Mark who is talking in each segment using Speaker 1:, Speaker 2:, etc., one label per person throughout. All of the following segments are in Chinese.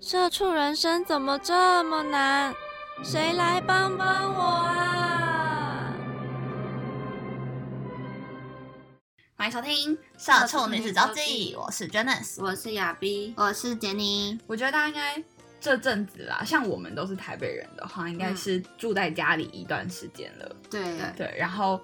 Speaker 1: 社畜人生怎么这么难？谁来帮帮我啊？
Speaker 2: 欢迎收听《社畜女子周记》，我是 Janice。
Speaker 3: 我是亚逼，
Speaker 2: 我是杰尼，
Speaker 3: 我觉得大家应该这阵子啦，像我们都是台北人的话，应该是住在家里一段时间了，
Speaker 2: 对，
Speaker 3: 对，然后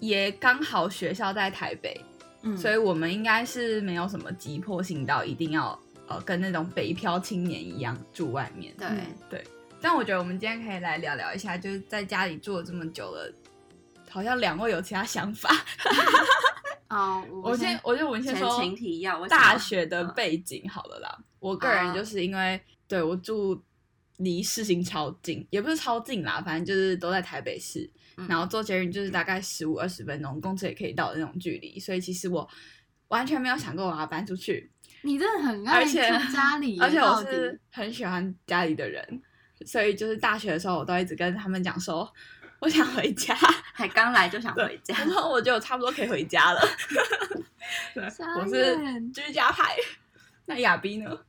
Speaker 3: 也刚好学校在台北，
Speaker 2: 嗯
Speaker 3: 所以我们应该是没有什么急迫性到一定要呃跟那种北漂青年一样住外面，
Speaker 2: 对
Speaker 3: 嗯对。但我觉得我们今天可以来聊聊一下，就是在家里住了这么久了，好像两位有其他想法。
Speaker 2: 哦，
Speaker 3: 我先，我就我先
Speaker 2: 前
Speaker 3: 说
Speaker 2: 情提要嗯哦为什么
Speaker 3: 大学的背景好了啦。我个人就是因为对我住离市心超近，也不是超近啦，反正就是都在台北市，
Speaker 2: 嗯
Speaker 3: 然后坐捷运就是大概十五二十分钟，公车也可以到的那种距离，所以其实我完全没有想过我要搬出去，
Speaker 4: 你真的很爱
Speaker 3: 而
Speaker 4: 住
Speaker 3: 且
Speaker 4: 家里耶，
Speaker 3: 而且我
Speaker 4: 到底
Speaker 3: 是很喜欢家里的人，所以就是大学的时候我都一直跟他们讲说。我想回家，
Speaker 2: 还刚来就想回家，
Speaker 3: 然后我觉得我差不多可以回家了。 对，
Speaker 4: 傻
Speaker 3: 我是
Speaker 4: 眼
Speaker 3: 居家派。那亚斌呢？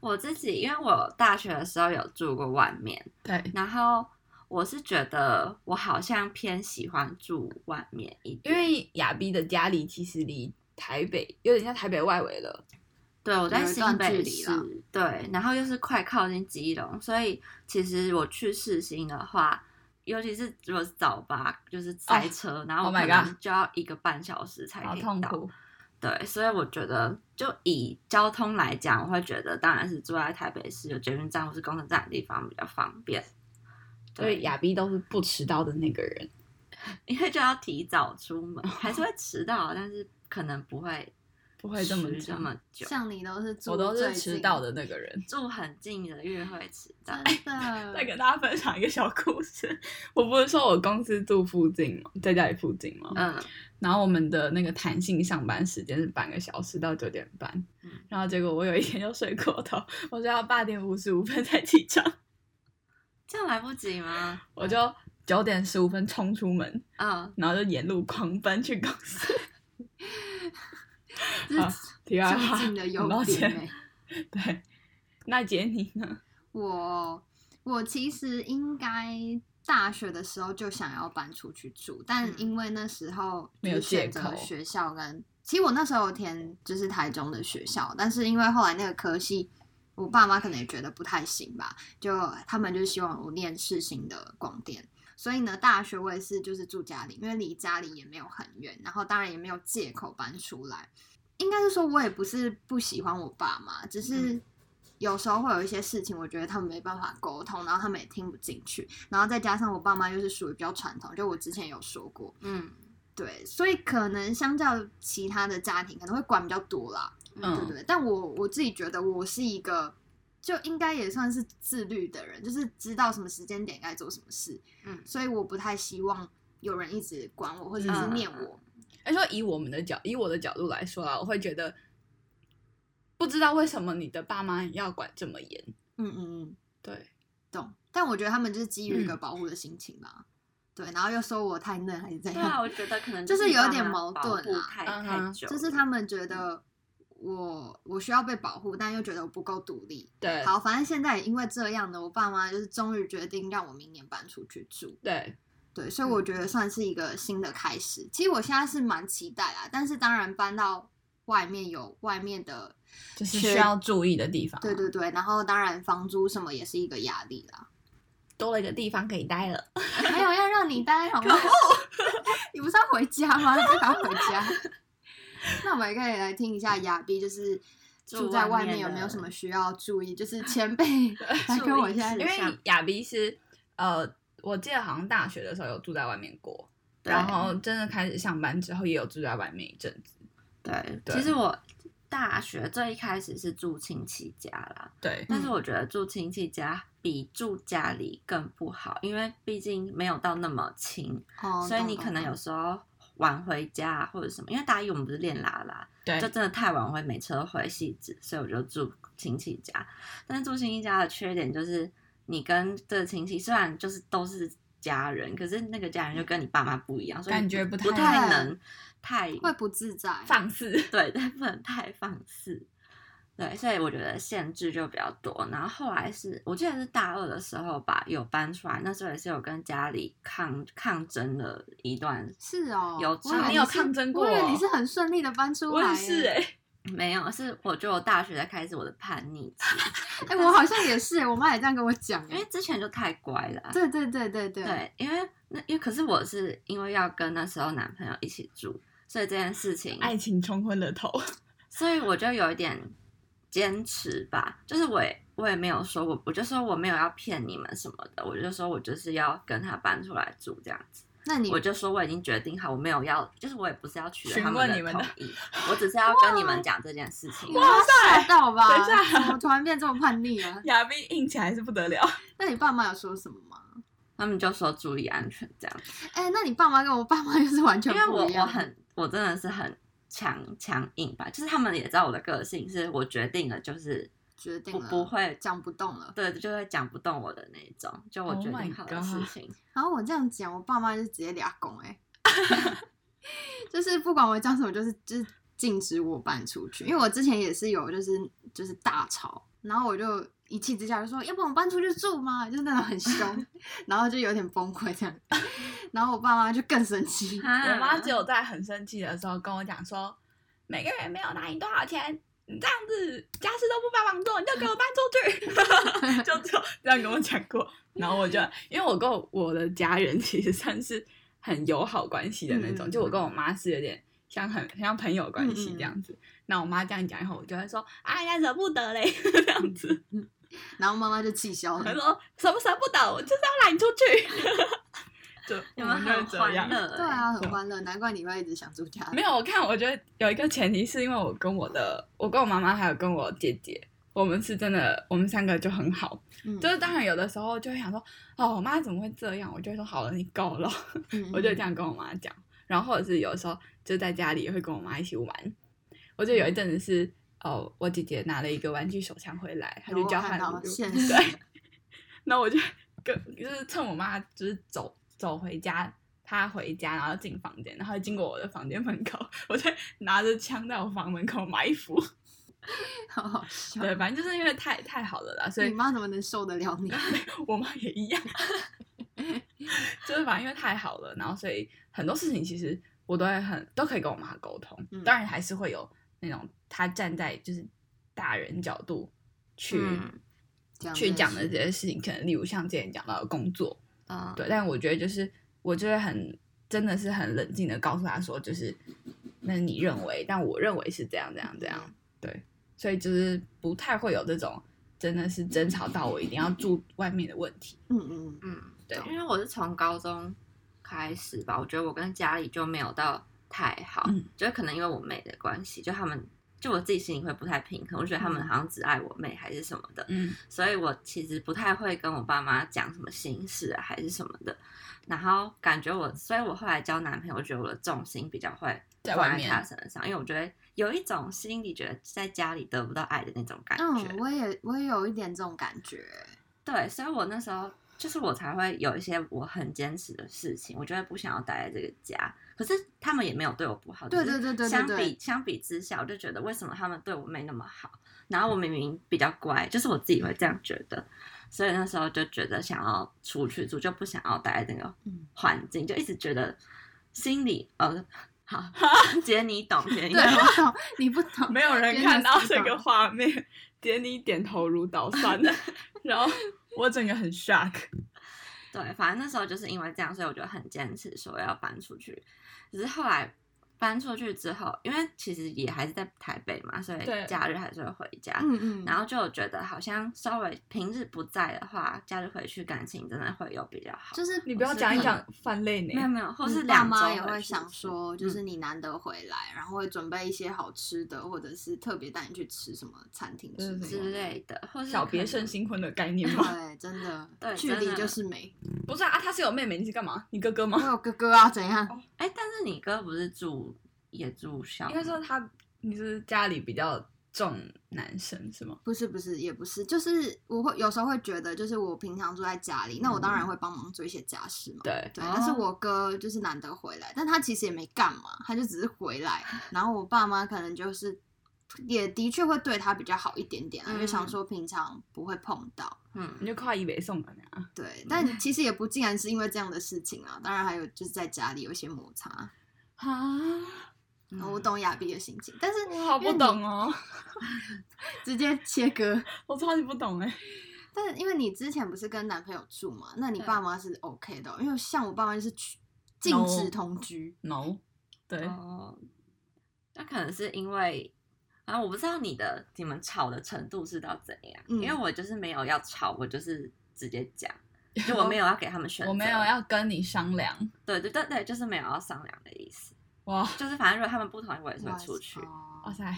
Speaker 2: 我自己因为我大学的时候有住过外面，
Speaker 3: 对，
Speaker 2: 然后我是觉得我好像偏喜欢住外面一
Speaker 3: 因
Speaker 2: 点，
Speaker 3: 为亚逼的家里其实离台北有点像台北外围了，
Speaker 2: 对我在
Speaker 4: 有一
Speaker 2: 新
Speaker 4: 段
Speaker 2: 北
Speaker 4: 距离啦
Speaker 2: 市，对，然后又是快靠近基隆，所以其实我去市心的话。尤其是如果是早八，就是塞车然后我
Speaker 3: 哦 Oh my
Speaker 2: 可能
Speaker 3: god
Speaker 2: 就要一个半小时才
Speaker 3: 好
Speaker 2: 可以
Speaker 3: 痛
Speaker 2: 到。
Speaker 3: 苦。
Speaker 2: 对，所以我觉得就以交通来讲，我会觉得当然是住在台北市有捷运站或是公车站的地方比较方便。
Speaker 3: 所以
Speaker 2: 对，
Speaker 3: 亚逼都是不迟到的那个人。
Speaker 2: 因为就要提早出门，还是会迟到，但是可能不会
Speaker 3: 不会这么
Speaker 2: 迟
Speaker 3: 讲
Speaker 2: 这么久。
Speaker 4: 像你都是住
Speaker 3: 我都是
Speaker 4: 最近
Speaker 3: 迟到，的那个人。
Speaker 2: 住很近的越会迟到，
Speaker 4: 真 的。
Speaker 3: 再给大家分享一个小故事，我不是说我公司住附近吗？在家里附近吗？
Speaker 2: 嗯，
Speaker 3: 然后我们的那个弹性上班时间是半个小时到九点半，
Speaker 2: 嗯
Speaker 3: 然后结果我有一天就睡过头，我就要八点五十五分才起床，
Speaker 2: 这样来不及吗？
Speaker 3: 我就九点十五分冲出门，
Speaker 2: 嗯，
Speaker 3: 然后就沿路狂奔去公司。
Speaker 4: 这
Speaker 3: 好
Speaker 4: 是
Speaker 3: 题外话，
Speaker 4: 最近的优
Speaker 3: 啊很抱
Speaker 4: 点、
Speaker 3: 歉。
Speaker 4: 欸。
Speaker 3: 对，那姐你呢？
Speaker 4: 我我其实应该大学的时候就想要搬出去住，但
Speaker 2: 嗯
Speaker 4: 因为那时候
Speaker 3: 没有
Speaker 4: 就是选
Speaker 3: 借口
Speaker 4: 择学校跟，其实我那时候有填就是台中的学校，但是因为后来那个科系，我爸妈可能也觉得不太行吧，就他们就希望我念世新的广电。所以呢，大学我也是就是住家里，因为离家里也没有很远，然后当然也没有借口搬出来。应该是说我也不是不喜欢我爸妈，只是有时候会有一些事情，我觉得他们没办法沟通，然后他们也听不进去，然后再加上我爸妈又是属于比较传统，就我之前有说过，
Speaker 2: 嗯
Speaker 4: 对，所以可能相较其他的家庭，可能会管比较多啦，对不
Speaker 3: 嗯，
Speaker 4: 对？但我我自己觉得我是一个。就应该也算是自律的人，就是知道什么时间点该做什么事，
Speaker 2: 嗯
Speaker 4: 所以我不太希望有人一直管我或者是
Speaker 2: 嗯
Speaker 4: 念我，
Speaker 3: 而且哎说以我们的角，以我的角度来说啦，啊我会觉得不知道为什么你的爸妈要管这么严。
Speaker 4: 嗯嗯嗯，
Speaker 3: 对，
Speaker 4: 懂。但我觉得他们就是基于一个保护的心情吧，对，然后又说我太嫩还是怎
Speaker 2: 对啊，
Speaker 4: 样，
Speaker 2: 我觉得可能
Speaker 4: 就是
Speaker 2: 是
Speaker 4: 有
Speaker 2: 爸
Speaker 4: 点
Speaker 2: 妈
Speaker 4: 矛
Speaker 2: 保
Speaker 4: 盾
Speaker 2: 护
Speaker 4: 啊
Speaker 2: 太
Speaker 3: 嗯
Speaker 2: 太
Speaker 3: 哼
Speaker 2: 久了，嗯
Speaker 4: 就是他们觉得我我需要被保护，但又觉得我不够独立。
Speaker 3: 对，
Speaker 4: 好，反正现在也因为这样呢，我爸妈就是终于决定让我明年搬出去住。
Speaker 3: 对，
Speaker 4: 对，所以我觉得算是一个新的开始。其实我现在是蛮期待啦，但是当然搬到外面有外面的，
Speaker 3: 就是
Speaker 4: 学
Speaker 3: 需要注意的地方。啊
Speaker 4: 对，对对，然后当然房租什么也是一个压力啦。
Speaker 3: 多了一个地方可以待了。
Speaker 4: 没有要让你待，好吗？ 你不是要回家吗？你赶快回家。 那我们也可以来听一下亚碧，就是住在外面有没有什么需要注意？就是前辈来跟我现在
Speaker 3: 因为
Speaker 4: 讲
Speaker 3: 亚逼是呃，我记得好像大学的时候有住在外面过，
Speaker 2: 对
Speaker 3: 然后真的开始上班之后也有住在外面一阵子。
Speaker 2: 对，
Speaker 3: 对
Speaker 2: 其实我大学最一开始是住亲戚家啦，
Speaker 3: 对，
Speaker 4: 嗯
Speaker 2: 但是我觉得住亲戚家比住家里更不好，因为毕竟没有到那么亲，
Speaker 4: 哦，
Speaker 2: 所以
Speaker 4: 懂
Speaker 2: 你
Speaker 4: 懂
Speaker 2: 可能
Speaker 4: 懂
Speaker 2: 有时候晚回家啊或者什么，因为大一我们不是练啦啦，
Speaker 3: 对
Speaker 2: 就，真的太晚回，没车回戏子，所以我就住亲戚家。但是住亲戚家的缺点就是，你跟这个亲戚虽然就是都是家人，可是那个家人就跟你爸妈不一样，所以
Speaker 3: 感
Speaker 2: 你
Speaker 3: 觉
Speaker 2: 不
Speaker 3: 不
Speaker 2: 不
Speaker 3: 太
Speaker 2: 太能太
Speaker 4: 会不自在，
Speaker 3: 放肆，
Speaker 2: 对，但不能太放肆。对，所以我觉得限制就比较多。然后后来是我记得是大二的时候吧，有搬出来，那时候也是有跟家里抗抗争了一段，
Speaker 4: 是哦，
Speaker 2: 有
Speaker 4: 我以为
Speaker 2: 啊
Speaker 3: 你
Speaker 4: 你
Speaker 3: 有
Speaker 4: 是
Speaker 3: 抗争
Speaker 4: 我以
Speaker 3: 过
Speaker 4: 为
Speaker 3: 哦
Speaker 4: 你是很顺利的搬出
Speaker 3: 我
Speaker 4: 来
Speaker 3: 也
Speaker 4: 耶，
Speaker 3: 是哎、
Speaker 2: 没有，是我觉得我大学才开始我的叛逆期，
Speaker 4: 哎、我好像也是，我妈也这样跟我讲，
Speaker 2: 因为之前就太乖了啊。
Speaker 4: 对对对对对，
Speaker 2: 对，因为那因为可是我是因为要跟那时候男朋友一起住，所以这件事情
Speaker 3: 爱情冲昏了 头，
Speaker 2: 所以我就有一点坚持吧，就是我也我也没有说我我就说我没有要骗你们什么的，我就说我就是要跟他搬出来住这样子，
Speaker 4: 那你
Speaker 2: 我就说我已经决定好，我没有要，就是我也不是要取得
Speaker 3: 询
Speaker 2: 他
Speaker 3: 问
Speaker 2: 们
Speaker 3: 你
Speaker 2: 的
Speaker 3: 们
Speaker 2: 同
Speaker 3: 的
Speaker 2: 意，我只是要跟你们讲这件事情
Speaker 4: 你。妈吓到吧？
Speaker 3: 等一下
Speaker 4: 怎么突然变这么叛逆啊？
Speaker 3: 亚斌硬起来是不得了，
Speaker 4: 那你爸妈有说什么吗？
Speaker 2: 他们就说注意安全这样，
Speaker 4: 哎、那你爸妈跟我爸妈又是完全
Speaker 2: 因为我
Speaker 4: 不一
Speaker 2: 我
Speaker 4: 样的。
Speaker 2: 很我真的是很强强硬吧，就是他们也知道我的个性，是我决定了就是
Speaker 4: 决定
Speaker 2: 不
Speaker 4: 了
Speaker 2: 不会
Speaker 4: 讲不动了。
Speaker 2: 对，就会讲不动我的那一种，就我
Speaker 3: Oh
Speaker 2: 决
Speaker 3: my
Speaker 2: 定好的事
Speaker 3: God
Speaker 2: 情。
Speaker 4: 然后我这样讲，我爸妈就直接俩拱哎， 就是不管我讲什么，就是就是禁止我搬出去。因为我之前也是有就是就是大吵，然后我就一气之下就说，要不我们搬出去住嘛，就是那种很凶， 然后就有点崩溃这样。然后我爸妈就更生气，
Speaker 2: 啊
Speaker 3: 我妈只有在很生气的时候跟我讲说，每个月没有拿你多少钱，你这样子家事都不帮忙做，你就给我搬出去，就 只有这样跟我讲过。然后我就因为我跟我我的家人其实算是很友好关系的那种，
Speaker 4: 嗯
Speaker 3: 就我跟我妈是有点。像很很像朋友关系
Speaker 4: 嗯嗯
Speaker 3: 这样子，那我妈这样讲以后，我就会说：“哎呀，惹不得嘞， 这样子。
Speaker 4: 然后妈妈就气消”
Speaker 3: 她
Speaker 4: 了。
Speaker 3: 说：“什么舍不得，我就是要拉你出去。 就”
Speaker 2: 你
Speaker 3: 我
Speaker 2: 们
Speaker 3: 们就
Speaker 2: 很
Speaker 3: 会这
Speaker 2: 欢
Speaker 3: 样。
Speaker 2: 乐、欸，
Speaker 4: 对啊，很
Speaker 3: 对
Speaker 4: 欢乐，难怪你会一直想住家。
Speaker 3: 没有，我看我觉得有一个前提是因为我跟我的，我跟我妈妈还有跟我姐姐，我们是真的，我们三个就很好。
Speaker 4: 嗯，
Speaker 3: 就是当然有的时候就会想说，哦，我妈怎么会这样？我就会说好了，你够了，
Speaker 4: 嗯
Speaker 3: 我就这。样跟我妈讲。然后或者是有时候就在家里也会跟我妈一起玩。我就有一阵子是，哦，我姐姐拿了一个玩具手枪回来，她
Speaker 4: 有
Speaker 3: 就
Speaker 4: 我
Speaker 3: 交
Speaker 4: 看
Speaker 3: 换
Speaker 4: 到
Speaker 3: 礼物
Speaker 4: 现实
Speaker 3: 对， 那我就跟就是趁我妈就是走走回家，她回家然后进房间，然后经过我的房间门口，我就拿着枪在我房门口埋伏。
Speaker 4: 好好笑。
Speaker 3: 对，反正就是因为太太好了啦，所
Speaker 4: 你
Speaker 3: 以
Speaker 4: 妈怎么能受 得了你？
Speaker 3: 我妈也一样， 就是反正因为太好了，然后所以很多事情其实我都会很都可以跟我妈沟通，
Speaker 4: 嗯
Speaker 3: 当然还是会有那种她站在就是大人角度去、
Speaker 2: 嗯
Speaker 3: 去讲的
Speaker 4: 的
Speaker 3: 这些事情，可能例如像之前讲到的工作，
Speaker 2: 嗯，
Speaker 3: 对，但我觉得就是我就会很真的是很冷静的告诉他说，就是那你认为，但我认为是这样这样这样，对，所以就是不太会有这种真的是争吵到我一定要住外面的问题。
Speaker 4: 嗯嗯，嗯
Speaker 2: 嗯，
Speaker 3: 对
Speaker 2: 对，因为我是从高中开始吧，我觉得我跟家里就没有到太好，
Speaker 3: 嗯
Speaker 2: 就是可能因为我妹的关系，就他们就我自己心里会不太平衡，我觉得他们好像只爱我妹还是什么的，
Speaker 3: 嗯，
Speaker 2: 所以我其实不太会跟我爸妈讲什么心事、啊、还是什么的。然后感觉我，所以我后来交男朋友，我觉得我的重心比较会
Speaker 3: 在
Speaker 2: 放
Speaker 3: 外面
Speaker 2: 他身上，因为我觉得有一种心里觉得在家里得不到爱的那种感觉。
Speaker 4: 嗯，我也我也有一点这种感觉。
Speaker 2: 对，所以我那时候就是我才会有一些我很坚持的事情，我就会不想要待在这个家。可是他们也没有对我不好，只
Speaker 4: 对
Speaker 2: 是
Speaker 4: 对对对对
Speaker 2: 相
Speaker 4: 对
Speaker 2: 比相比之下，我就觉得为什么他们对我没那么好？然后我
Speaker 4: 嗯
Speaker 2: 明明比较乖，就是我自己会这样觉得，所以那时候就觉得想要出去住，就不想要待在那个
Speaker 4: 嗯
Speaker 2: 环境，就一直觉得心里呃。 好，姐你懂，姐你
Speaker 4: 对，
Speaker 2: 懂。
Speaker 4: 我懂， 你不懂。
Speaker 3: 没有人
Speaker 4: 真的
Speaker 3: 看到
Speaker 4: 是
Speaker 3: 这
Speaker 4: 吧
Speaker 3: 个画面，点你点头如捣蒜，然后我整个很 shock。
Speaker 2: 对，反正那时候就是因为这样，所以我就很坚持说要搬出去。只是后来搬出去之后，因为其实也还是在台北嘛，所
Speaker 3: 对
Speaker 2: 以假日还是会回家。
Speaker 4: 嗯嗯，
Speaker 2: 然后就有觉得好像稍微平日不在的话，假日回去感情真的会有比较好。
Speaker 4: 就是
Speaker 3: 你不要
Speaker 4: 是
Speaker 3: 讲一
Speaker 4: 你
Speaker 3: 讲犯累呢
Speaker 2: 没。有没有，或
Speaker 4: 你
Speaker 2: 是
Speaker 4: 爸
Speaker 2: 嗯两周
Speaker 4: 妈也
Speaker 2: 回
Speaker 4: 会
Speaker 2: 去
Speaker 4: 想
Speaker 2: 吃
Speaker 4: 说，就
Speaker 2: 嗯
Speaker 4: 是你难得回来，然后会准备一些好吃的，或者是特别带你去吃什么餐厅之
Speaker 3: 嗯
Speaker 4: 类
Speaker 2: 之
Speaker 4: 的。
Speaker 2: 类的，或是
Speaker 3: 小
Speaker 2: 可
Speaker 3: 别
Speaker 2: 能
Speaker 3: 胜新婚的概念吗？
Speaker 4: 对，真的，
Speaker 2: 对
Speaker 4: 距
Speaker 2: 真
Speaker 4: 离
Speaker 2: 的
Speaker 4: 就是美。
Speaker 3: 不是啊，啊他是有妹妹，你是干嘛？你哥哥
Speaker 4: 我
Speaker 3: 吗？
Speaker 4: 有哥哥啊，怎样？
Speaker 2: 哎、但是你哥不是住也住校吗，
Speaker 3: 应该说他你是家里比较重男生是吗？
Speaker 4: 不是不是，也不是，就是我会有时候会觉得，就是我平常住在家里，那我当然会帮忙做一些家事嘛。
Speaker 3: 嗯对
Speaker 4: 对，但是
Speaker 3: 哦
Speaker 4: 我哥就是难得回来，但他其实也没干嘛，他就只是回 来。然后我爸妈可能就是也的确会对他比较好一点点啊，因为想
Speaker 2: 嗯
Speaker 4: 说平常不会碰到。
Speaker 3: 你
Speaker 2: 嗯，
Speaker 3: 就跨以北送吧，那样
Speaker 4: 对，但其实也不竟然是因为这样的事情啊，当然还有就是在家里有一些摩擦。
Speaker 3: 啊，
Speaker 4: 然后哦我懂亚碧的心情，但是
Speaker 3: 我好
Speaker 4: 因
Speaker 3: 不
Speaker 4: 为你
Speaker 3: 懂哦，
Speaker 4: 直接切割。
Speaker 3: 我超级不懂哎。
Speaker 4: 但是因为你之前不是跟男朋友住嘛，那你
Speaker 2: 对
Speaker 4: 爸妈是 OK 的哦、因为像我爸妈就是去禁
Speaker 3: No
Speaker 4: 止同居。
Speaker 3: No，对，
Speaker 2: 哦，那可能是因为。啊，我不知道你的你们吵的程度是到怎样，
Speaker 4: 嗯
Speaker 2: 因为我就是没有要吵，我就是直接讲，就我没 有要给他们选择，
Speaker 3: 我没有要跟你商量。
Speaker 2: 对对对对，就是没有要商量的意思，
Speaker 3: 哇
Speaker 2: 就是反正如果他们不同意，我也是
Speaker 4: 哇
Speaker 2: 会出去，
Speaker 4: 哦
Speaker 3: 哇塞，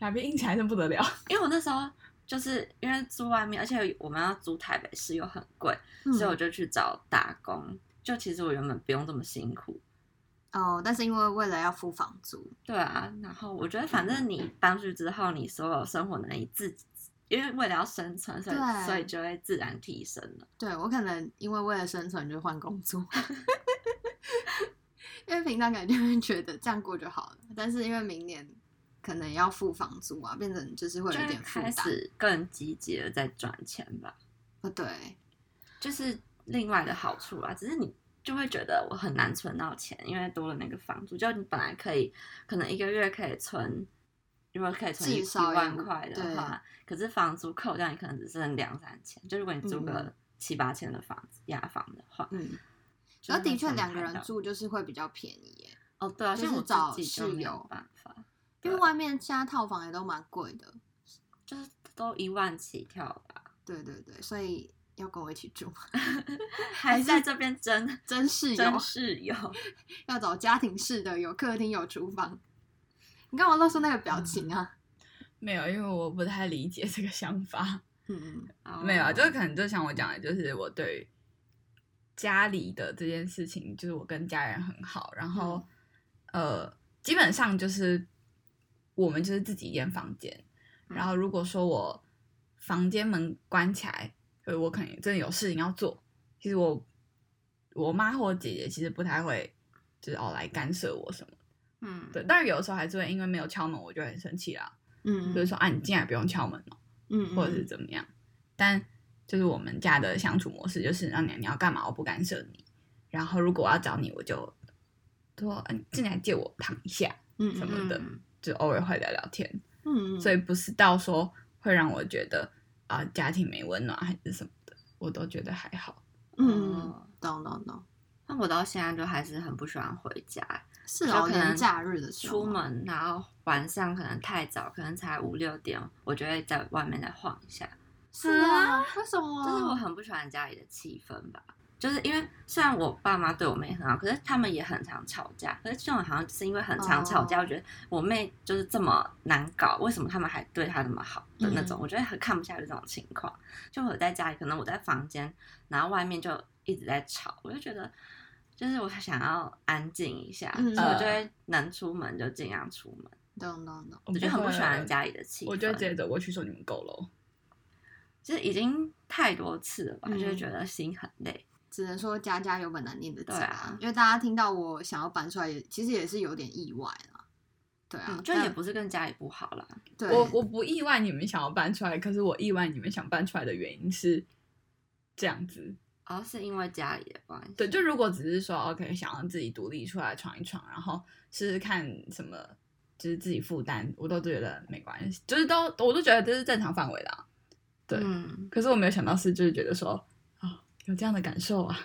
Speaker 3: 亚碧硬起来真不得了。
Speaker 2: 因为我那时候就是因为住外面，而且我们要租台北市又很贵，
Speaker 4: 嗯
Speaker 2: 所以我就去找打工。就其实我原本不用这么辛苦，
Speaker 4: 哦，但是因为为了要付房租，
Speaker 2: 对啊。然后我觉得反正你搬出去之后，你所有生活能力自己，因为为了要生存，所以
Speaker 4: 对
Speaker 2: 所以就会自然提升了。
Speaker 4: 对我可能因为为了生存就换工作， 因为平常感觉会觉得这样过就好了，但是因为明年可能要付房租啊，变成就是会
Speaker 2: 就
Speaker 4: 有
Speaker 2: 会
Speaker 4: 点负
Speaker 2: 开
Speaker 4: 担。
Speaker 2: 始更积极的在赚钱吧，
Speaker 4: 哦，对，
Speaker 2: 就是另外的好处啦。只是你就会觉得我很难存到钱，因为多了那个房租。就你本来可以，可能一个月可以存，如果可以存
Speaker 4: 至
Speaker 2: 一
Speaker 4: 少有
Speaker 2: 万块的话，可是房租扣掉，你可能只剩两三千。就如果你租
Speaker 4: 嗯
Speaker 2: 个七八千的房子押房的话，
Speaker 4: 嗯，
Speaker 2: 就是
Speaker 4: 然后的
Speaker 2: 会
Speaker 4: 确
Speaker 2: 存
Speaker 4: 两
Speaker 2: 太
Speaker 4: 个人
Speaker 2: 到
Speaker 4: 住就是会比较便宜耶，
Speaker 2: 哦，对啊，
Speaker 4: 就
Speaker 2: 像
Speaker 4: 是
Speaker 2: 我
Speaker 4: 找
Speaker 2: 自己就
Speaker 4: 室
Speaker 2: 没有
Speaker 4: 友
Speaker 2: 办法，
Speaker 4: 因
Speaker 2: 对
Speaker 4: 为外面现在套房也都蛮贵的。
Speaker 2: 就是都一万起跳吧，
Speaker 4: 对对对，所以要跟我一起住，
Speaker 2: 还哎在这边争
Speaker 4: 真室友
Speaker 2: 争室友，
Speaker 4: 要找家庭式的，有客厅有厨房。你干嘛露出那个表情啊？
Speaker 3: 没有，因为我不太理解这个想法。
Speaker 4: 嗯，
Speaker 2: 哦
Speaker 3: 没有啊，就是可能就像我讲的，就是我对家里的这件事情，就是我跟家人很好，然后、
Speaker 2: 嗯
Speaker 3: 呃，基本上就是我们就是自己一间房间，
Speaker 2: 嗯
Speaker 3: 然后如果说我房间门关起来，呃，我可能真的有事情要做，其实我我妈或我姐姐其实不太会就是哦来干涉我什么
Speaker 2: 嗯，
Speaker 3: 的，但是有的时候还是会因为没有敲门，我就会很生气啦，
Speaker 4: 嗯
Speaker 3: 就是说啊，你进来不用敲门哦。
Speaker 4: 嗯
Speaker 3: 或者是怎么样。但就是我们家的相处模式，就是让你你要干嘛，我不干涉你。然后如果我要找你，我就说嗯，进来借我躺一下，
Speaker 4: 嗯
Speaker 3: 什
Speaker 4: 嗯
Speaker 3: 么的，就偶尔会聊聊天。
Speaker 4: 嗯，
Speaker 3: 所以不是到说会让我觉得啊、家庭没温暖还是什么的，我都觉得还好。
Speaker 4: 嗯，
Speaker 2: 哦
Speaker 4: 懂懂懂，
Speaker 2: 那我到现在就还是很不喜欢回家，
Speaker 4: 是
Speaker 2: 就
Speaker 4: 哦，
Speaker 2: 可能
Speaker 4: 连假日的时候
Speaker 2: 出
Speaker 4: 嘛，
Speaker 2: 门，然后晚上可能太早，可能才五六点，我就会在外面再晃一下。
Speaker 4: 是啊，为什么？
Speaker 2: 就是我很不喜欢家里的气氛吧，就是因为虽然我爸妈对我妹很好，可是他们也很常吵架。可是这种好像是因为很常吵架，
Speaker 4: 哦
Speaker 2: 我觉得我妹就是这么难搞，为什么他们还对她那么好的那种？
Speaker 4: 嗯
Speaker 2: 我觉得很看不下去这种情况。就我在家里，可能我在房间，然后外面就一直在吵，我就觉得。就是我想要安静一下，
Speaker 4: 嗯
Speaker 2: 所以我就会能出门就尽量出门。
Speaker 4: 懂懂懂，
Speaker 2: 我就很不喜欢家
Speaker 3: 里，
Speaker 2: 里的气氛，
Speaker 3: 我就直接走过去说你们够了哦。
Speaker 2: 就是已经太多次了吧，
Speaker 4: 嗯
Speaker 2: 就会觉得心很累。
Speaker 4: 只能说家家有本难念的经
Speaker 2: 对啊
Speaker 4: 因为大家听到我想要搬出来也，其实也是有点意外啦。对啊
Speaker 2: 嗯，，就
Speaker 4: 但
Speaker 2: 也不是跟家里不好啦，
Speaker 4: 对，
Speaker 3: 哦我我不意外你们想要搬出来，可是我意外你们想搬出来的原因是这样子。
Speaker 2: 而、哦是因为家里的关系。
Speaker 3: 对，就如果只是说 OK，想要自己独立出来闯一闯，然后试试看什么，就是自己负担，我都觉得没关系，就是都我都觉得这是正常范围啦。对
Speaker 2: 嗯，
Speaker 3: 哦可是我没有想到是，就是觉得说啊、有这样的感受啊，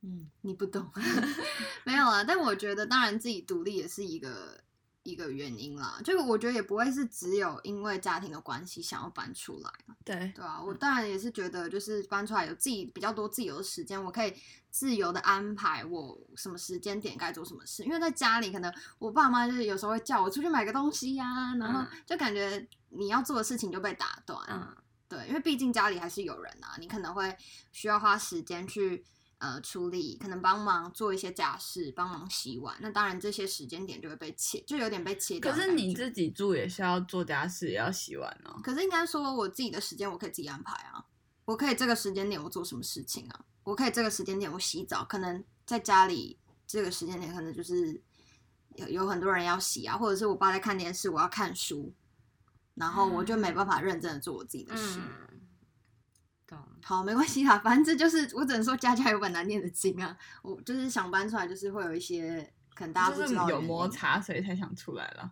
Speaker 4: 嗯，你不懂， 没有啊啦。但我觉得，当然自己独立也是一个一个原因啦。这个我觉得也不会是只有因为家庭的关系想要搬出来，
Speaker 3: 对，
Speaker 4: 对啊。我当然也是觉得，就是搬出来有自己比较多自由的时间，我可以自由的安排我什么时间点该做什么事。因为在家里，可能我爸妈就是有时候会叫我出去买个东西呀、然后就感觉你要做的事情就被打断，
Speaker 2: 嗯，
Speaker 4: 对，因为毕竟家里还是有人啊，你可能会需要花时间去呃处理，可能帮忙做一些家事，帮忙洗碗。那当然，这些时间点就会被切，就有点被切掉
Speaker 3: 可
Speaker 4: 的感觉。
Speaker 3: 是你自己住也是要做家事，也要洗碗哦。
Speaker 4: 可是应该说，我自己的时间我可以自己安排啊，我可以这个时间点我做什么事情啊，我可以这个时间点我洗澡，可能在家里这个时间点可能就是有有很多人要洗啊，或者是我爸在看电视，我要看书，然后我就
Speaker 3: 嗯
Speaker 4: 没办法认真的做我自己的事。
Speaker 2: 嗯，懂。
Speaker 4: 好，没关系啦，反正这就是我只能说家家有本难念的经啊。我就是想搬出来，就是会有一些可能大家不
Speaker 3: 就
Speaker 4: 知
Speaker 3: 是
Speaker 4: 道的
Speaker 3: 有
Speaker 4: 原
Speaker 3: 摩
Speaker 4: 因。
Speaker 3: 擦，所以才想出来了。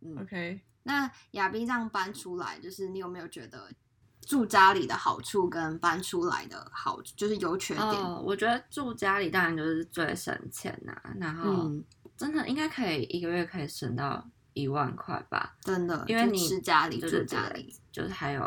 Speaker 4: 嗯，
Speaker 3: OK，
Speaker 4: 那亚斌这样搬出来，就是你有没有觉得住家里的好处跟搬出来的好，就是优缺点？
Speaker 2: 哦，我觉得住家里当然就是最省钱呐、然后
Speaker 4: 嗯，
Speaker 2: 真的应该可以一个月可以省到一万块吧，
Speaker 4: 真的，
Speaker 2: 因为
Speaker 4: 就
Speaker 2: 你
Speaker 4: 吃家里
Speaker 2: 对
Speaker 4: 住
Speaker 2: 对
Speaker 4: 家
Speaker 2: 对
Speaker 4: 里，
Speaker 2: 就是还有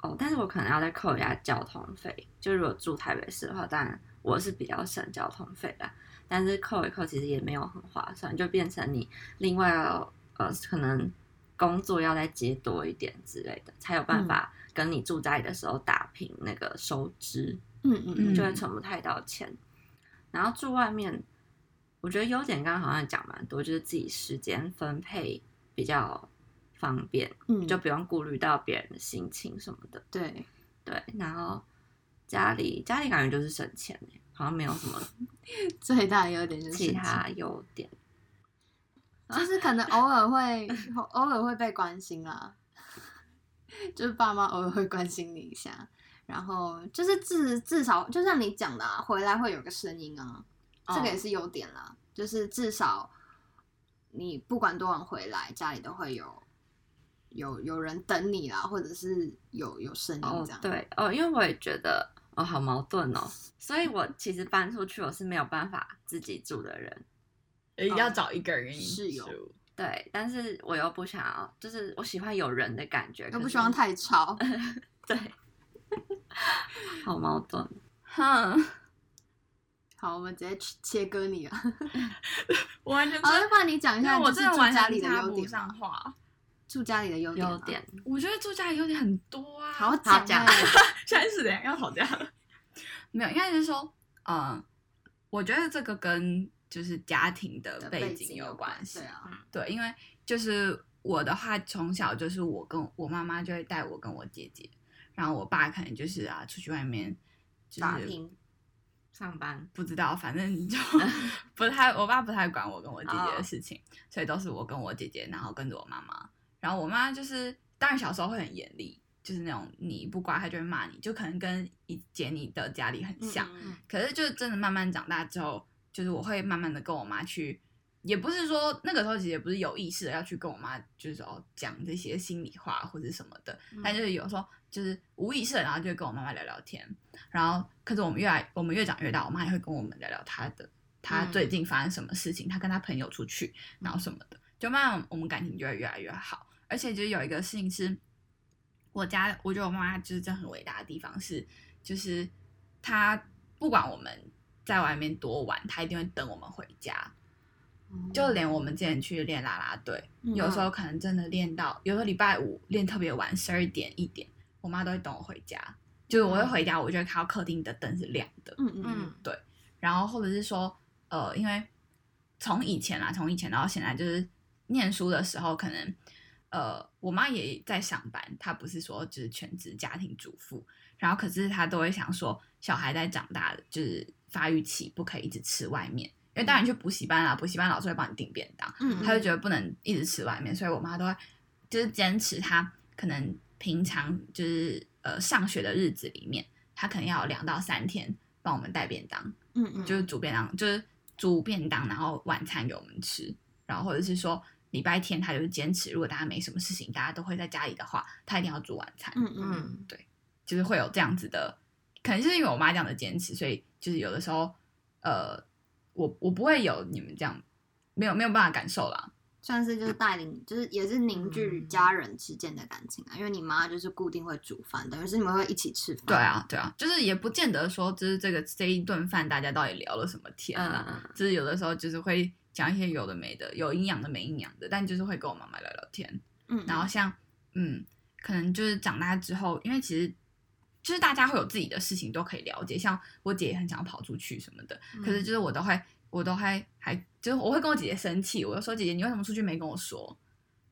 Speaker 2: 哦，但是我可能要再扣一下交通费，就如果住台北市的话，当然我是比较省交通费啦，但是扣一扣其实也没有很划算，就变成你另外要呃可能工作要再接多一点之类的，才有
Speaker 4: 嗯
Speaker 2: 办法跟你住家里的时候打平那个收支。
Speaker 4: 嗯嗯嗯，
Speaker 2: 就会存不太到钱。然后住外面，我觉得优点刚刚好像讲蛮多，就是自己时间分配比较方便，
Speaker 4: 嗯
Speaker 2: 就不用顾虑到别人的心情什么的。
Speaker 4: 对，
Speaker 2: 对，然后家里家里感觉就是省钱欸好像没有什么
Speaker 4: 最大的优点 就是
Speaker 2: 其
Speaker 4: 省
Speaker 2: 他优点。
Speaker 4: 钱，就是可能偶尔会 偶尔会被关心啦， 就是爸妈偶尔会关心你一下。然后就是至至少就像你讲的、啊，回来会有个声音啊，这
Speaker 3: 嗯
Speaker 4: 个也是优点啦，就是至少你不管多晚回来，家里都会有有有人等你啦，或者是有有声音
Speaker 2: 哦
Speaker 4: 这样。，
Speaker 2: 对哦，因为我也觉得哦，好矛盾哦，所以我其实搬出去我是没有办法自己住的人。
Speaker 3: 也
Speaker 4: 哦
Speaker 3: 要找一个人
Speaker 4: 室友
Speaker 3: 住
Speaker 2: 对，但是我又不想要，就是我喜欢有人的感觉，
Speaker 4: 又
Speaker 2: 可
Speaker 4: 不
Speaker 2: 是
Speaker 4: 希望太吵。
Speaker 2: 对，好矛盾。
Speaker 3: 哼，
Speaker 4: 好，我们直接切切割你了。
Speaker 3: 我完全
Speaker 4: 好，
Speaker 3: 真
Speaker 4: 那不然你讲一
Speaker 3: 因
Speaker 4: 下，
Speaker 3: 为我
Speaker 4: 就是
Speaker 3: 真的
Speaker 4: 住
Speaker 3: 完
Speaker 4: 家里
Speaker 3: 全
Speaker 4: 的
Speaker 3: 插
Speaker 4: 优
Speaker 3: 不
Speaker 4: 点
Speaker 3: 上
Speaker 4: 吧，
Speaker 3: 话。
Speaker 4: 住家里的优点吧
Speaker 2: 优，点
Speaker 3: 我觉得住家里优点很多啊，
Speaker 4: 好
Speaker 2: 好
Speaker 4: 讲
Speaker 2: 讲
Speaker 4: 欸。
Speaker 3: 现在是怎样要吵架了？ 没有，应该是说，嗯，我觉得这个跟就是家庭的
Speaker 4: 的
Speaker 3: 背景
Speaker 4: 景
Speaker 3: 有
Speaker 4: 关
Speaker 3: 关系
Speaker 4: 对。啊，
Speaker 3: 对，因为就是我的话，从小就是我跟我妈妈就会带我跟我姐姐，然后我爸可能就是啊出去外面就
Speaker 4: 打
Speaker 3: 是
Speaker 4: 拼，
Speaker 2: 嗯上班，
Speaker 3: 不知道，反正 就不太，我爸不太管我跟我姐姐
Speaker 4: 哦
Speaker 3: 的事情，所以都是我跟我姐姐，然后跟着我妈妈，然后我妈就是当然小时候会很严厉。就是那种你不乖，她就会骂你，就可能跟以前你的家里很像，
Speaker 4: 嗯
Speaker 3: 可是就是真的慢慢长大之后，就是我会慢慢的跟我妈去，也不是说那个时候其实也不是有意识的要去跟我妈就是哦讲这些心里话或者什么的，但就是有时候就是无意识的，然后就会跟我妈妈聊聊天，然后可是我们越来我们越长越大，我妈也会跟我们聊聊她的她
Speaker 2: 嗯
Speaker 3: 最近发生什么事情，她跟她朋友出去然后什么的，就慢慢我们感情就会越来越好，而且就是有一个事情是。我家，我觉得我妈妈就是真的很伟大的地方是，就是她不管我们在外面多晚，她一定会等我们回家。就连我们之前去练啦啦队，
Speaker 4: 嗯
Speaker 3: 有时候可能真的练到，有时候礼拜五练特别晚，十二点一点，我妈都会等我回家。就是我会回家，我就会看到客厅的灯是亮的，
Speaker 4: 哦嗯嗯嗯
Speaker 2: 嗯，
Speaker 3: 然后或者是说，呃，因为从以前啦，从以前到现在，就是念书的时候，可能呃，我妈也在上班，她不是说就是全职家庭主妇，然后可是她都会想说，小孩在长大的就是发育期，不可以一直吃外面，因为当然你去补习班啦，补习班老师会帮你订便当，
Speaker 4: 嗯，
Speaker 3: 她就觉得不能一直吃外面，所以我妈都会就是坚持她可能平常就是呃上学的日子里面，她可能要有两到三天帮我们带便当。
Speaker 4: 嗯嗯，
Speaker 3: 就是煮便当，就是煮便当，然后晚餐给我们吃，然后或者是说礼拜天他就是坚持，如果大家没什么事情，大家都会在家里的话，他一定要煮晚餐，
Speaker 4: 嗯嗯
Speaker 2: 嗯
Speaker 3: 就是会有这样子的，可能就是因为我妈这样的坚持，所以就是有的时候呃，我我不会有你们这样，没有没有办法感受啦。
Speaker 4: 算是就是带领，就是也是凝
Speaker 3: 嗯
Speaker 4: 聚家人之间的感情啊。因为你妈就是固定会煮饭，等于是你们会一起吃饭。
Speaker 3: 对啊，，对啊，就是也不见得说，就是这个这一顿饭大家到底聊了什么天啊，
Speaker 2: 嗯，
Speaker 3: 就是有的时候就是会讲一些有的没的，有营养的没营养的，但就是会跟我妈妈聊聊天。
Speaker 4: 嗯，
Speaker 3: 然后像嗯，可能就是长大之后，因为其实就是大家会有自己的事情都可以了解，像我姐也很想要跑出去什么的，可是就是我都会我都会还就是我会跟我姐姐生气，我就说姐姐你为什么出去没跟我说？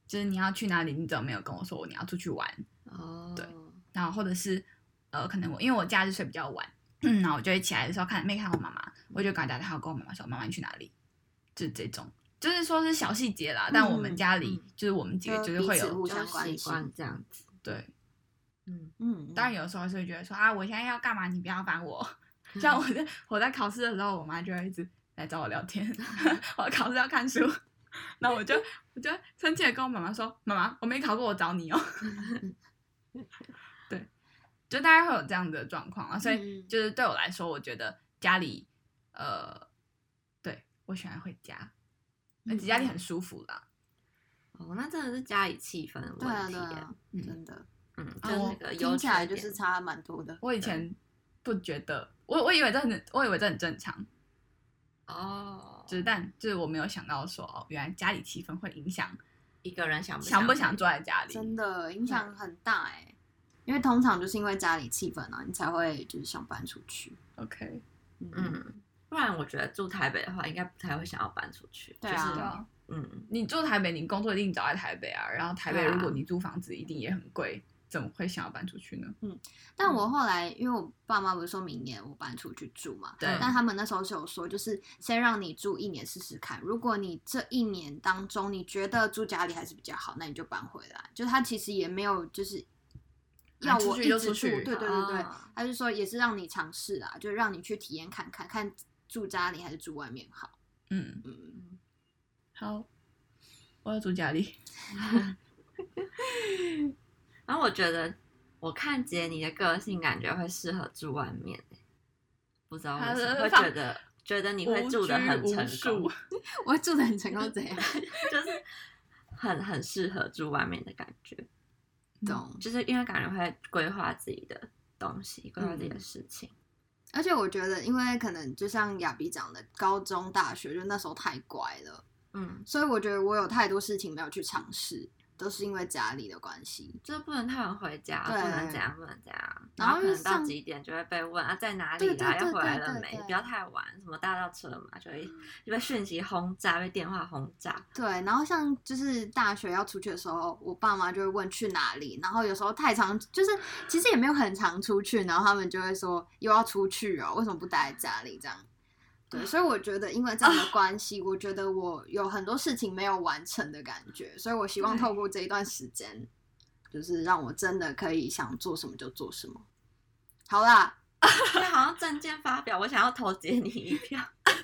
Speaker 3: 就是你要去哪里，你怎么没有跟我说？你要出去玩，
Speaker 4: 哦，
Speaker 3: 对然后或者是呃，可能我因为我假日睡比较晚， 然后我就会起来的时候看没看到我妈妈，我就赶快打电话跟我妈妈说：“妈妈，你去哪里？”就是这种，就是说是小细节啦。但我们
Speaker 4: 嗯
Speaker 3: 家里、
Speaker 4: 嗯
Speaker 3: 就是我们几个
Speaker 4: 就
Speaker 3: 就是会
Speaker 4: 彼此
Speaker 3: 有
Speaker 4: 互
Speaker 2: 就
Speaker 4: 相关
Speaker 2: 习
Speaker 4: 心。
Speaker 2: 惯这样子，
Speaker 3: 对，
Speaker 2: 嗯，
Speaker 4: 嗯，
Speaker 3: 当然有时候是会觉得说啊，我现在要干嘛，你不要烦我。 像我在我在考试的时候，我妈就会一直来找我聊天， 我考试要看书， 那我就我就生气的跟我妈妈说：“妈妈，我没考过，我找你 哦。”对，就大概会有这样的状况啊，所以
Speaker 4: 嗯
Speaker 3: 就是对我来说，我觉得家里呃，对我喜欢回家，而且家
Speaker 4: 嗯
Speaker 3: 里很舒服啦。
Speaker 2: 哦，那真的是家里气氛的
Speaker 4: 对啊，
Speaker 2: 问题
Speaker 4: 对
Speaker 2: 耶，
Speaker 4: 啊，
Speaker 3: 嗯
Speaker 4: 真的，哦
Speaker 2: 嗯，就
Speaker 3: 啊
Speaker 2: 是
Speaker 3: 我
Speaker 2: 那个优
Speaker 4: 听起来
Speaker 2: 缺
Speaker 4: 就是
Speaker 2: 点
Speaker 4: 差蛮多的。
Speaker 3: 我以前不觉得，我我以为这很我以为这很正常，
Speaker 2: 哦，
Speaker 3: 就是但就是我没有想到说，哦，原来家里气氛会影响
Speaker 2: 一个人想不
Speaker 3: 想不想
Speaker 2: 回
Speaker 3: 坐在家里。
Speaker 4: 真的影响很大哎、因为通常就是因为家里气氛啊，你才会就是想搬出去。
Speaker 3: OK，
Speaker 2: 嗯，不然我觉得住台北的话，应该不太会想要搬出去。
Speaker 4: 对
Speaker 2: 就是
Speaker 4: 啊
Speaker 3: 对啊，
Speaker 2: 嗯，
Speaker 3: 你住台北，你工作一定找在台北啊。然后台北
Speaker 2: 对啊
Speaker 3: 如果你租房子，一定也很贵，怎么会想要搬出去呢？
Speaker 4: 但我后来，因为我爸妈不是说明年我搬出去住嘛，
Speaker 3: 对
Speaker 4: 但他们那时候是有说，就是先让你住一年试试看，如果你这一年当中你觉得住家里还是比较好，那你就搬回来。就他其实也没有就是要
Speaker 3: 出
Speaker 4: 我
Speaker 3: 去
Speaker 4: 一
Speaker 3: 就
Speaker 4: 直
Speaker 3: 出
Speaker 4: 住，
Speaker 3: 去
Speaker 4: 对对对对，
Speaker 2: 啊
Speaker 4: 他就说也是让你尝试啊，就让你去体验看看，看住家里还是住外面好。
Speaker 3: 嗯，
Speaker 4: 嗯，
Speaker 3: 好，我要住家里。
Speaker 2: 然后我觉得，我看杰你的个性感觉会适合住外面、欸不知道为
Speaker 3: 他
Speaker 2: 什么
Speaker 4: 呃
Speaker 3: 的
Speaker 2: 会
Speaker 3: 放
Speaker 2: 觉得觉得你会住的很
Speaker 3: 无拘无
Speaker 2: 成
Speaker 3: 束
Speaker 2: 功，
Speaker 4: 我住的很成功怎样？
Speaker 2: 就是很很适合住外面的感觉，
Speaker 4: 懂。
Speaker 2: 就是因为感觉会规划自己的东西，规划自己
Speaker 4: 嗯
Speaker 2: 的事情。
Speaker 4: 而且我觉得，因为可能就像亚比讲的，高中、大学就那时候太乖了。
Speaker 2: 嗯，
Speaker 4: 所以我觉得我有太多事情没有去尝试，都是因为家里的关系。
Speaker 2: 就是不能太晚回家，不
Speaker 4: 对
Speaker 2: 能怎样，不能怎样。然
Speaker 4: 然后
Speaker 2: 后可能到
Speaker 4: 上
Speaker 2: 几点就会被问啊，在哪里
Speaker 4: 对
Speaker 2: 啦？
Speaker 4: 对对
Speaker 2: 要回来了
Speaker 4: 对
Speaker 2: 没
Speaker 4: 对？嗯
Speaker 2: 不要太晚，什么搭到车嘛，就会就被讯息轰炸，被电话轰炸。
Speaker 4: 对，然后像就是大学要出去的时候，我爸妈就会问去哪里，然后有时候太常就是其实也没有很常出去，然后他们就会说又要出去哦，为什么不待在家里这样？对，所以我觉得因为这样的关系，我觉得我有很多事情没有完成的感觉，所以我希望透过这一段时间，就是让我真的可以想做什么就做什么。好啦，
Speaker 2: 因为好像证件发表，我想要投给你一票，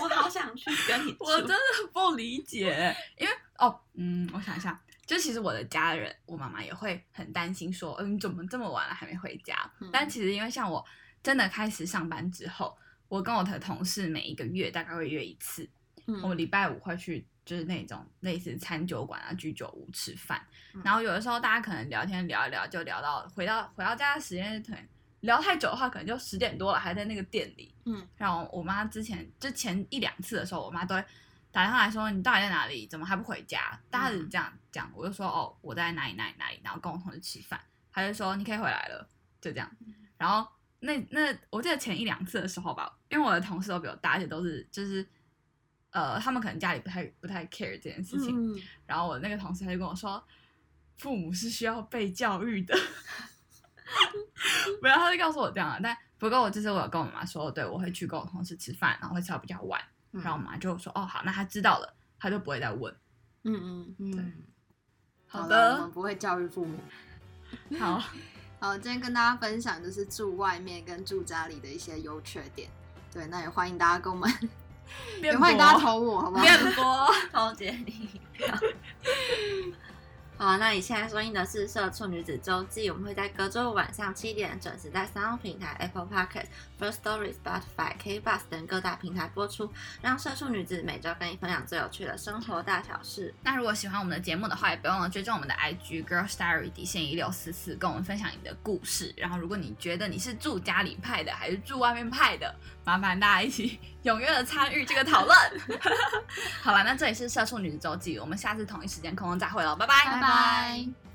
Speaker 2: 我好想去跟你住。
Speaker 3: 我真的不理 解，因为哦，嗯，我想一下，就其实我的家人，我妈妈也会很担心说，嗯、你怎么这么晚了还没回家？
Speaker 4: 嗯
Speaker 3: 但其实因为像我真的开始上班之后，我跟我的同事每一个月大概会约一次，
Speaker 4: 嗯
Speaker 3: 我们礼拜五会去就是那种类似餐酒馆啊、居酒屋吃饭，
Speaker 2: 嗯
Speaker 3: 然后有的时候大家可能聊天聊一聊，就聊到回到回到家的时间可能聊太久的话，可能就十点多了，还在那个店里。
Speaker 4: 嗯，
Speaker 3: 然后我妈之前就前一两次的时候，我妈都会打电话来说你到底在哪里，怎么还不回家？大家只这样讲，我就说哦我在哪里哪里哪里，然后跟我同事吃饭，她就说你可以回来了，就这样。然后那那我记得前一两次的时候吧，因为我的同事都比我大，而且都是就是呃，他们可能家里不太不太 care 这件事情。
Speaker 4: 嗯
Speaker 3: 然后我那个同事他就跟我说，父母是需要被教育的。没有，他就告诉我这样了。但不过我就是我有跟我妈说，对我会去跟我同事吃饭，然后会吃到比较晚。
Speaker 4: 嗯
Speaker 3: 然后我妈就说，哦，好，那她知道了，她就不会再问。
Speaker 4: 嗯嗯，
Speaker 2: 嗯，
Speaker 4: 好的，我
Speaker 3: 的
Speaker 4: 们，不会教育父母。
Speaker 3: 好，
Speaker 4: 好，今天跟大家分享就是住外面跟住家里的一些优缺点。对，那也欢迎大家跟我们， 也
Speaker 3: 变
Speaker 4: 欢迎大家
Speaker 3: 博，
Speaker 4: 投我，好不好？
Speaker 3: 变博。
Speaker 2: 投给你一票。好，那你现在收听的是《社畜女子周记》，我们会在隔周五晚上七点准时在三个平台 Apple Podcast、First Story、Spotify、K Bus 等各大平台播出，让社畜女子每周跟你分享最有趣的生活大小事。
Speaker 3: 那如果喜欢我们的节目的话，也别忘了追踪我们的 IG Girl Story 底线一六四四，跟我们分享你的故事。然后，如果你觉得你是住家里派的还是住外面派的，麻烦大家一起踊跃的参与这个讨论。好了，那这里是社畜女子周记，我们下次同一时间空中再会喽，拜拜
Speaker 4: 拜拜。